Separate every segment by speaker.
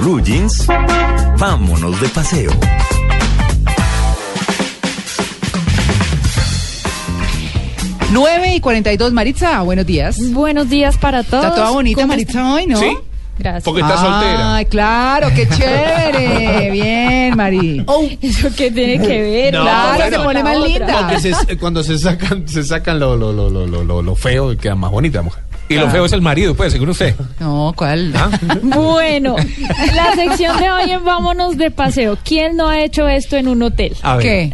Speaker 1: blue jeans, vámonos de paseo.
Speaker 2: Nueve y 42, Maritza, buenos días.
Speaker 3: Buenos días para todos.
Speaker 2: Está toda bonita
Speaker 3: ¿Cómo
Speaker 2: Maritza hoy, ¿no?
Speaker 4: ¿Sí?
Speaker 3: Gracias.
Speaker 4: Porque está soltera.
Speaker 2: Ay, claro, qué chévere. Bien, Mari.
Speaker 3: Oh. ¿Eso qué tiene que ver?
Speaker 4: No,
Speaker 2: claro,
Speaker 4: bueno.
Speaker 2: se pone más linda.
Speaker 4: Porque se- cuando se sacan, se sacan lo, lo, lo, lo, lo, lo, lo feo y queda más bonita mujer.
Speaker 5: Y lo feo es el marido, pues, según usted.
Speaker 2: No, ¿cuál?
Speaker 5: Ah.
Speaker 3: Bueno, la sección de hoy en Vámonos de Paseo. ¿Quién no ha hecho esto en un hotel?
Speaker 5: A ver.
Speaker 2: ¿Qué?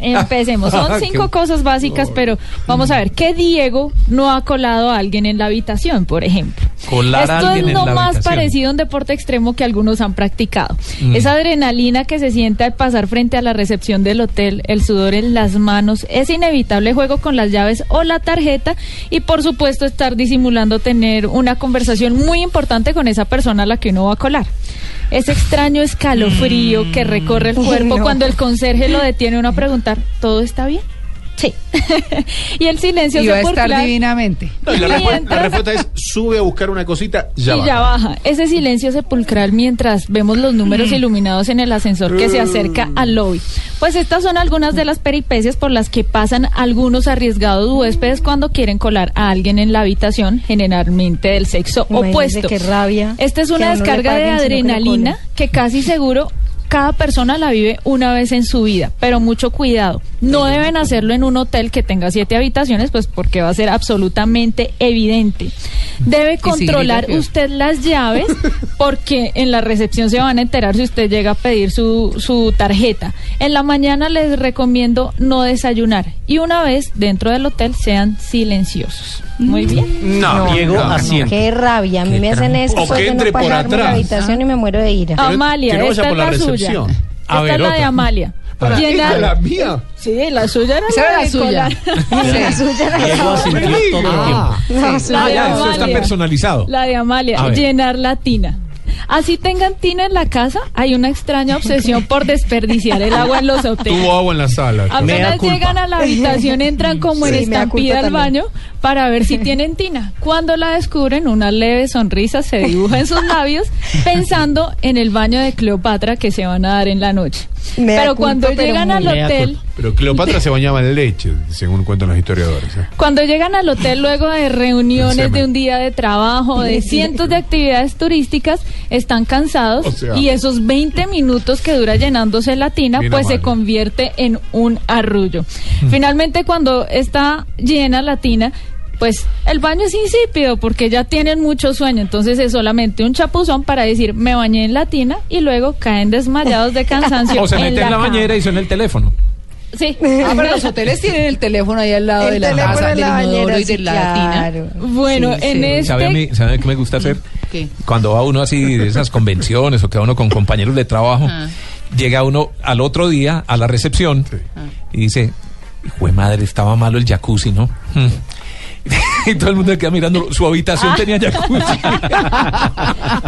Speaker 3: Empecemos. Son cinco cosas básicas, pero vamos a ver. ¿Qué Diego no ha colado a alguien en la habitación, por ejemplo?
Speaker 5: Colar a
Speaker 3: Esto
Speaker 5: alguien
Speaker 3: es
Speaker 5: en
Speaker 3: lo
Speaker 5: la
Speaker 3: más
Speaker 5: habitación. Mm.
Speaker 3: parecido a un deporte extremo que algunos han practicado. Esa adrenalina que se siente al pasar frente a la recepción del hotel, el sudor en las manos, ese inevitable juego con las llaves o la tarjeta y por supuesto estar disimulando tener una conversación muy importante con esa persona a la que uno va a colar. Ese extraño escalofrío
Speaker 5: Mm.
Speaker 3: que recorre el cuerpo cuando el conserje lo detiene a uno a preguntar, ¿todo está bien? Sí. y el silencio
Speaker 2: Iba a estar
Speaker 3: sepulcral-
Speaker 2: divinamente.
Speaker 4: No, y la, respu-
Speaker 3: Mientras-
Speaker 4: la respuesta es sube a buscar una cosita, ya
Speaker 3: y
Speaker 4: va.
Speaker 3: ya baja. Mm. Ese silencio sepulcral mientras vemos los números iluminados en el ascensor que se acerca al lobby. Pues estas son algunas de las peripecias por las que pasan algunos arriesgados huéspedes cuando quieren colar a alguien en la habitación, generalmente del sexo
Speaker 6: Imagínese
Speaker 3: opuesto.
Speaker 6: qué rabia
Speaker 3: Esta es
Speaker 6: que
Speaker 3: una
Speaker 6: a uno le
Speaker 3: descarga de
Speaker 6: paguen, sino que le
Speaker 3: adrenalina
Speaker 6: colen.
Speaker 3: que casi seguro cada persona la vive una vez en su vida, pero mucho cuidado. No deben hacerlo en un hotel que tenga siete habitaciones, pues porque va a ser absolutamente evidente. Debe controlar
Speaker 2: peor.
Speaker 3: usted las llaves porque en la recepción se van a enterar si usted llega a pedir su, su tarjeta. En la mañana les recomiendo no desayunar y una vez dentro del hotel sean silenciosos.
Speaker 4: Mm.
Speaker 3: Muy bien.
Speaker 5: No, Diego haciendo.
Speaker 6: Qué rabia, a mí me hacen eso.
Speaker 4: O
Speaker 6: pues,
Speaker 4: que
Speaker 6: de
Speaker 4: entre
Speaker 6: no
Speaker 4: por
Speaker 6: pagarme la
Speaker 4: atrás.
Speaker 6: habitación y me muero de ira.
Speaker 4: Ah.
Speaker 3: Amalia,
Speaker 4: que no vaya
Speaker 3: esta
Speaker 4: por
Speaker 3: es
Speaker 4: la
Speaker 3: la, suya.
Speaker 4: recepción.
Speaker 5: A
Speaker 3: esta
Speaker 5: ver,
Speaker 3: es la de
Speaker 5: otra.
Speaker 3: Amalia.
Speaker 4: Para esta es la mía.
Speaker 3: Sí, la suya era
Speaker 2: Esa era la suya.
Speaker 6: La
Speaker 2: Sí.
Speaker 6: suya la-
Speaker 5: Diego asintió todo el tiempo.
Speaker 6: No,
Speaker 3: La
Speaker 5: Ah,
Speaker 3: de
Speaker 5: ya, esto
Speaker 3: Amalia.
Speaker 5: está personalizado.
Speaker 3: La de
Speaker 5: A
Speaker 3: Amalia,
Speaker 5: ver.
Speaker 3: llenar la tina. Así tengan tina en la casa, hay una extraña obsesión por desperdiciar el agua en los hoteles.
Speaker 4: Tuvo agua en la sala.
Speaker 3: Apenas
Speaker 5: culpa.
Speaker 3: llegan a la habitación, entran como en
Speaker 6: Sí, mea
Speaker 3: estampida
Speaker 6: culpa
Speaker 3: al
Speaker 6: también.
Speaker 3: baño para ver si tienen tina. Cuando la descubren, una leve sonrisa se dibuja en sus labios, pensando en el baño de Cleopatra que se van a dar en la noche.
Speaker 6: Mea
Speaker 3: pero
Speaker 6: culpa,
Speaker 3: cuando
Speaker 6: pero
Speaker 3: llegan
Speaker 6: muy
Speaker 3: al
Speaker 5: mea
Speaker 3: hotel,
Speaker 4: Pero Cleopatra se bañaba en leche, según cuentan los historiadores. ¿eh?
Speaker 3: Cuando llegan al hotel luego de reuniones
Speaker 4: Semen.
Speaker 3: de un día de trabajo, de cientos de actividades turísticas, están cansados
Speaker 4: O sea.
Speaker 3: y esos 20 minutos que dura llenándose la tina,
Speaker 4: Mira, Mm.
Speaker 3: pues se
Speaker 4: Mario.
Speaker 3: convierte en un arrullo. Finalmente cuando está llena la tina, pues el baño es insípido porque ya tienen mucho sueño, entonces es solamente un chapuzón para decir me bañé en la tina y luego caen desmayados de cansancio.
Speaker 5: O se mete en la
Speaker 3: cama.
Speaker 5: bañera y suena el teléfono.
Speaker 3: Sí.
Speaker 2: Ah, pero los hoteles tienen el teléfono ahí al lado de
Speaker 6: El
Speaker 2: la
Speaker 6: teléfono
Speaker 2: casa,
Speaker 6: en
Speaker 2: del
Speaker 6: la
Speaker 2: inodoro
Speaker 6: bañera,
Speaker 2: y de
Speaker 6: sí,
Speaker 2: la
Speaker 6: claro.
Speaker 2: tina.
Speaker 3: Bueno,
Speaker 2: Sí,
Speaker 3: en
Speaker 2: sí.
Speaker 3: este
Speaker 5: ¿Sabe a mí, sabe qué me gusta hacer?
Speaker 2: ¿Qué?
Speaker 5: Cuando va uno así de esas convenciones o que va uno con compañeros de trabajo,
Speaker 2: Ah.
Speaker 5: llega uno al otro día a la recepción y dice, hijo de madre, estaba malo el jacuzzi, ¿no? Mm". Y todo el mundo queda mirando, su habitación tenía jacuzzi.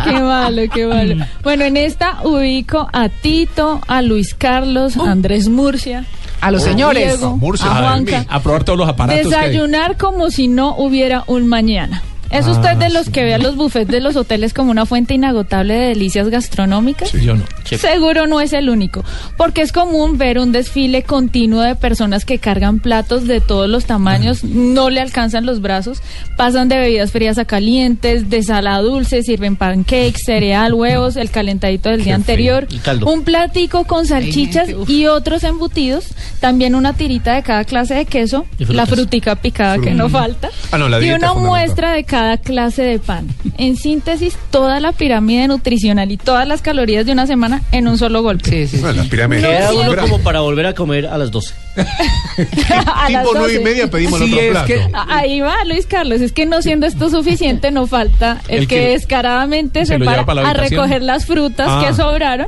Speaker 3: Qué malo, qué malo. Bueno, en esta ubico a Tito, a Luis Carlos,
Speaker 5: Uh.
Speaker 3: a Andrés Murcia,
Speaker 2: A
Speaker 5: Oh,
Speaker 2: los señores.
Speaker 3: Diego,
Speaker 4: Murcia,
Speaker 3: a
Speaker 4: madre
Speaker 3: Juanca.
Speaker 4: mía.
Speaker 5: A probar todos los aparatos. que hay.
Speaker 3: Desayunar como si no hubiera un mañana. ¿Es
Speaker 5: Ah,
Speaker 3: usted de los que ve a los buffets de los hoteles como una fuente inagotable de delicias gastronómicas?
Speaker 5: Sí, yo no.
Speaker 3: Seguro no es el único, porque es común ver un desfile continuo de personas que cargan platos de todos los tamaños, no le alcanzan los brazos, pasan de bebidas frías a calientes, de sala a dulce, sirven pancakes, cereal, huevos, el calentadito del día anterior, un platico con salchichas
Speaker 2: gente, uf.
Speaker 3: y otros embutidos, también una tirita de cada clase de queso, la frutica picada que no falta,
Speaker 4: Ah, no, la
Speaker 3: y
Speaker 4: dieta
Speaker 3: una
Speaker 4: fundamental.
Speaker 3: muestra de cada clase de pan. En síntesis, toda la pirámide nutricional y todas las calorías de una semana en un solo golpe.
Speaker 2: Ah, Sí, sí.
Speaker 4: Bueno, las pirámides.
Speaker 7: Queda
Speaker 4: Gran.
Speaker 7: uno como para volver a comer a las 12.
Speaker 3: A las
Speaker 4: tipo nueve
Speaker 3: 12.
Speaker 4: y media pedimos
Speaker 5: Sí,
Speaker 4: el
Speaker 5: es
Speaker 4: otro plato.
Speaker 5: que-
Speaker 3: A- Ahí va Luis Carlos, es que no siendo esto suficiente no falta el,
Speaker 5: El
Speaker 3: que,
Speaker 5: que
Speaker 3: descaradamente
Speaker 5: se
Speaker 3: se
Speaker 5: lo
Speaker 3: para
Speaker 5: lleva para la
Speaker 3: a
Speaker 5: habitación.
Speaker 3: recoger las frutas
Speaker 5: Ah.
Speaker 3: que sobraron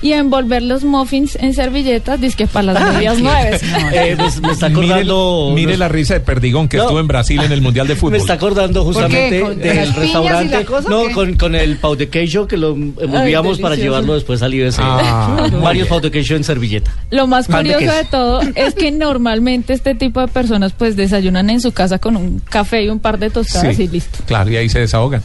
Speaker 3: y a envolver los muffins en servilletas, disque para
Speaker 5: Ah,
Speaker 3: las medias nueve.
Speaker 7: Eh, pues me está
Speaker 5: Mire-
Speaker 7: acordando.
Speaker 5: Mire,
Speaker 7: unos-
Speaker 5: la risa de Perdigón que
Speaker 7: No.
Speaker 5: estuvo en Brasil en el Mundial de Fútbol.
Speaker 7: Me está acordando justamente
Speaker 2: ¿Con- con las
Speaker 7: del
Speaker 2: piñas y la
Speaker 7: restaurante.
Speaker 2: cosa, o
Speaker 7: no,
Speaker 2: qué?
Speaker 7: con, con el pau de queijo que lo envolvíamos para
Speaker 2: delicioso.
Speaker 7: llevarlo después al IBC.
Speaker 5: Ah, muy bien.
Speaker 7: Varios pau de queijo en servilleta.
Speaker 3: Lo más
Speaker 5: Pan de
Speaker 3: curioso de
Speaker 5: queso.
Speaker 3: todo es que normalmente este tipo de personas pues desayunan en su casa con un café y un par de tostadas
Speaker 5: Sí.
Speaker 3: y listo.
Speaker 5: Claro, y ahí se desahogan.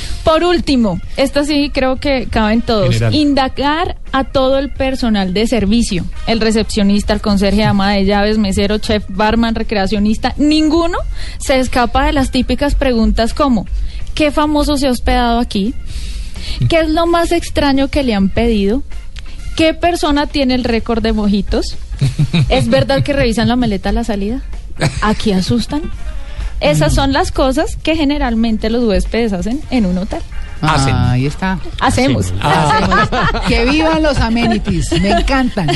Speaker 3: Por último, esta sí creo que caben todos.
Speaker 5: General.
Speaker 3: Indagar a todo el personal de servicio, el recepcionista, el conserje, ama de llaves, mesero, chef, barman, recreacionista, ninguno se escapa de las típicas preguntas como ¿qué famoso se ha hospedado aquí? ¿Qué es lo más extraño que le han pedido? ¿Qué persona tiene el récord de mojitos? ¿Es verdad que revisan la maleta a la salida? ¿Aquí asustan? Esas son las cosas que generalmente los huéspedes hacen en un hotel.
Speaker 5: Hacen.
Speaker 2: ahí está.
Speaker 3: Hacemos.
Speaker 2: Que vivan los amenities, me encantan.